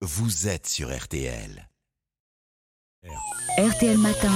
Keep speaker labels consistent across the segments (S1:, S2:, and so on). S1: Vous êtes sur RTL.
S2: RTL Matin,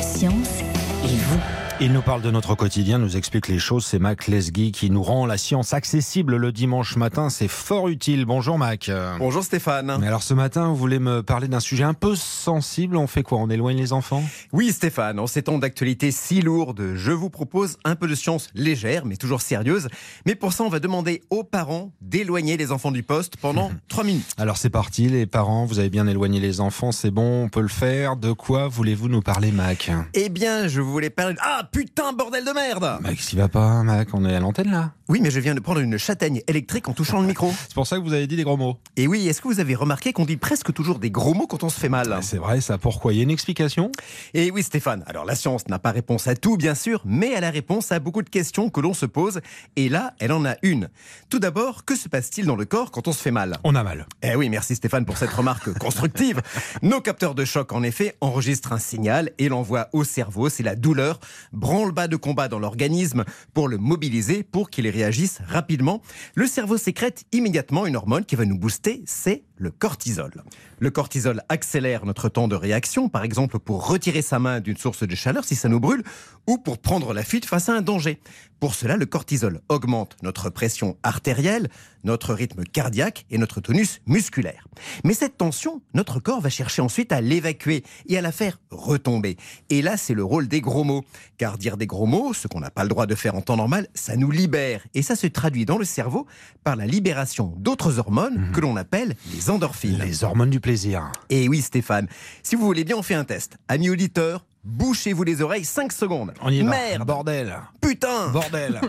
S2: Science et vous.
S3: Il nous parle de notre quotidien, nous explique les choses. C'est Mac Lesguy qui nous rend la science accessible le dimanche matin. C'est fort utile. Bonjour Mac. Euh,
S4: Bonjour Stéphane.
S3: Mais alors ce matin, vous voulez me parler d'un sujet un peu sensible. On fait quoi On éloigne les enfants
S4: Oui Stéphane, en ces temps d'actualité si lourde, je vous propose un peu de science légère, mais toujours sérieuse. Mais pour ça, on va demander aux parents d'éloigner les enfants du poste pendant 3 minutes.
S3: Alors c'est parti, les parents, vous avez bien éloigné les enfants, c'est bon, on peut le faire. De quoi voulez-vous nous parler Mac
S4: Eh bien, je voulais parler... Ah putain, bordel de merde
S3: Mac, s'y va pas, Mac, on est à l'antenne là.
S4: Oui, mais je viens de prendre une châtaigne électrique en touchant le micro.
S3: C'est pour ça que vous avez dit des gros mots.
S4: Et oui, est-ce que vous avez remarqué qu'on dit presque toujours des gros mots quand on se fait mal
S3: C'est vrai, ça pourquoi Il y a une explication
S4: Et oui, Stéphane, alors la science n'a pas réponse à tout, bien sûr, mais elle a réponse à beaucoup de questions que l'on se pose. Et là, elle en a une. Tout d'abord, que se passe-t-il dans le corps quand on se fait mal
S3: On a mal.
S4: Eh oui, merci Stéphane pour cette remarque constructive. Nos capteurs de choc, en effet, enregistrent un signal et l'envoient au cerveau. C'est la douleur, branle-bas de combat dans l'organisme pour le mobiliser, pour qu'il réagisse rapidement. Le cerveau sécrète immédiatement une hormone qui va nous booster, c'est le cortisol. Le cortisol accélère notre temps de réaction, par exemple pour retirer sa main d'une source de chaleur si ça nous brûle, ou pour prendre la fuite face à un danger. Pour cela, le cortisol augmente notre pression artérielle, notre rythme cardiaque et notre tonus musculaire. Mais cette tension, notre corps va chercher ensuite à l'évacuer et à la faire retomber. Et là, c'est le rôle des gros mots. Car dire des gros mots, ce qu'on n'a pas le droit de faire en temps normal, ça nous libère. Et ça se traduit dans le cerveau par la libération d'autres hormones que l'on appelle les endorphines.
S3: Les hormones du plaisir.
S4: Et Eh oui, Stéphane, si vous voulez bien, on fait un test. Amis auditeurs, bouchez-vous les oreilles 5 secondes.
S3: On y va.
S4: Merde,
S3: Bordel.
S4: putain
S3: Bordel.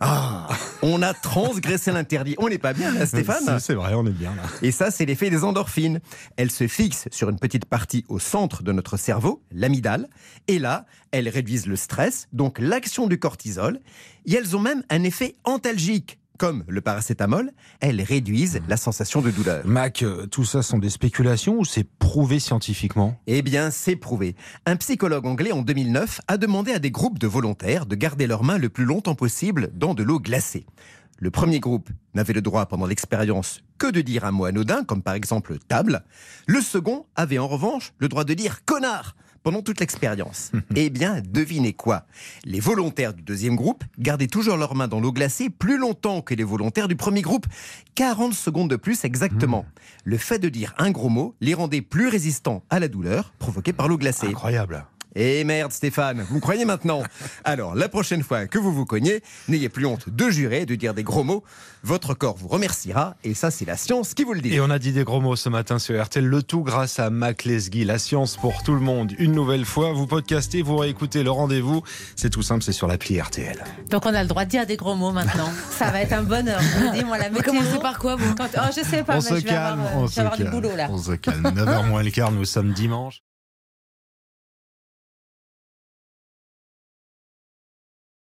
S4: Ah, On a transgressé l'interdit. On n'est pas bien là, Stéphane
S3: C'est- C'est vrai, on est bien là.
S4: et ça, c'est l'effet des endorphines. Elles se fixent sur une petite partie au centre de notre cerveau, l'amidale, et là, elles réduisent le stress, donc l'action du cortisol, et elles ont même un effet antalgique. Comme le paracétamol, elles réduisent la sensation de douleur.
S3: Mac, euh, tout ça sont des spéculations ou c'est prouvé scientifiquement
S4: Eh bien, c'est prouvé. Un psychologue anglais en 2009 a demandé à des groupes de volontaires de garder leurs mains le plus longtemps possible dans de l'eau glacée. Le premier groupe n'avait le droit pendant l'expérience que de dire un mot anodin, comme par exemple table. Le second avait en revanche le droit de dire connard pendant toute l'expérience. eh bien, devinez quoi Les volontaires du deuxième groupe gardaient toujours leurs mains dans l'eau glacée plus longtemps que les volontaires du premier groupe. 40 secondes de plus exactement. Le fait de dire un gros mot les rendait plus résistants à la douleur provoquée par l'eau glacée.
S3: Incroyable.
S4: Eh merde Stéphane, vous me croyez maintenant Alors la prochaine fois que vous vous cognez, n'ayez plus honte de jurer, de dire des gros mots. Votre corps vous remerciera et ça c'est la science qui vous le dit.
S3: Et on a dit des gros mots ce matin sur RTL, le tout grâce à Mac Lesguy, la science pour tout le monde. Une nouvelle fois, vous podcastez, vous réécoutez le rendez-vous. C'est tout simple, c'est sur l'appli RTL.
S5: Donc on a le droit de dire des gros mots maintenant. Ça va être un bonheur. Je vous dis, moi, la météo.
S6: commencez par
S5: quoi vous quand... Oh, je sais pas,
S3: on
S5: mais
S3: se
S5: je vais
S3: calme,
S5: avoir, euh,
S3: on
S5: je
S3: se
S5: vais avoir du
S3: calme.
S5: boulot là.
S3: On se calme. 9h moins le quart, nous sommes dimanche.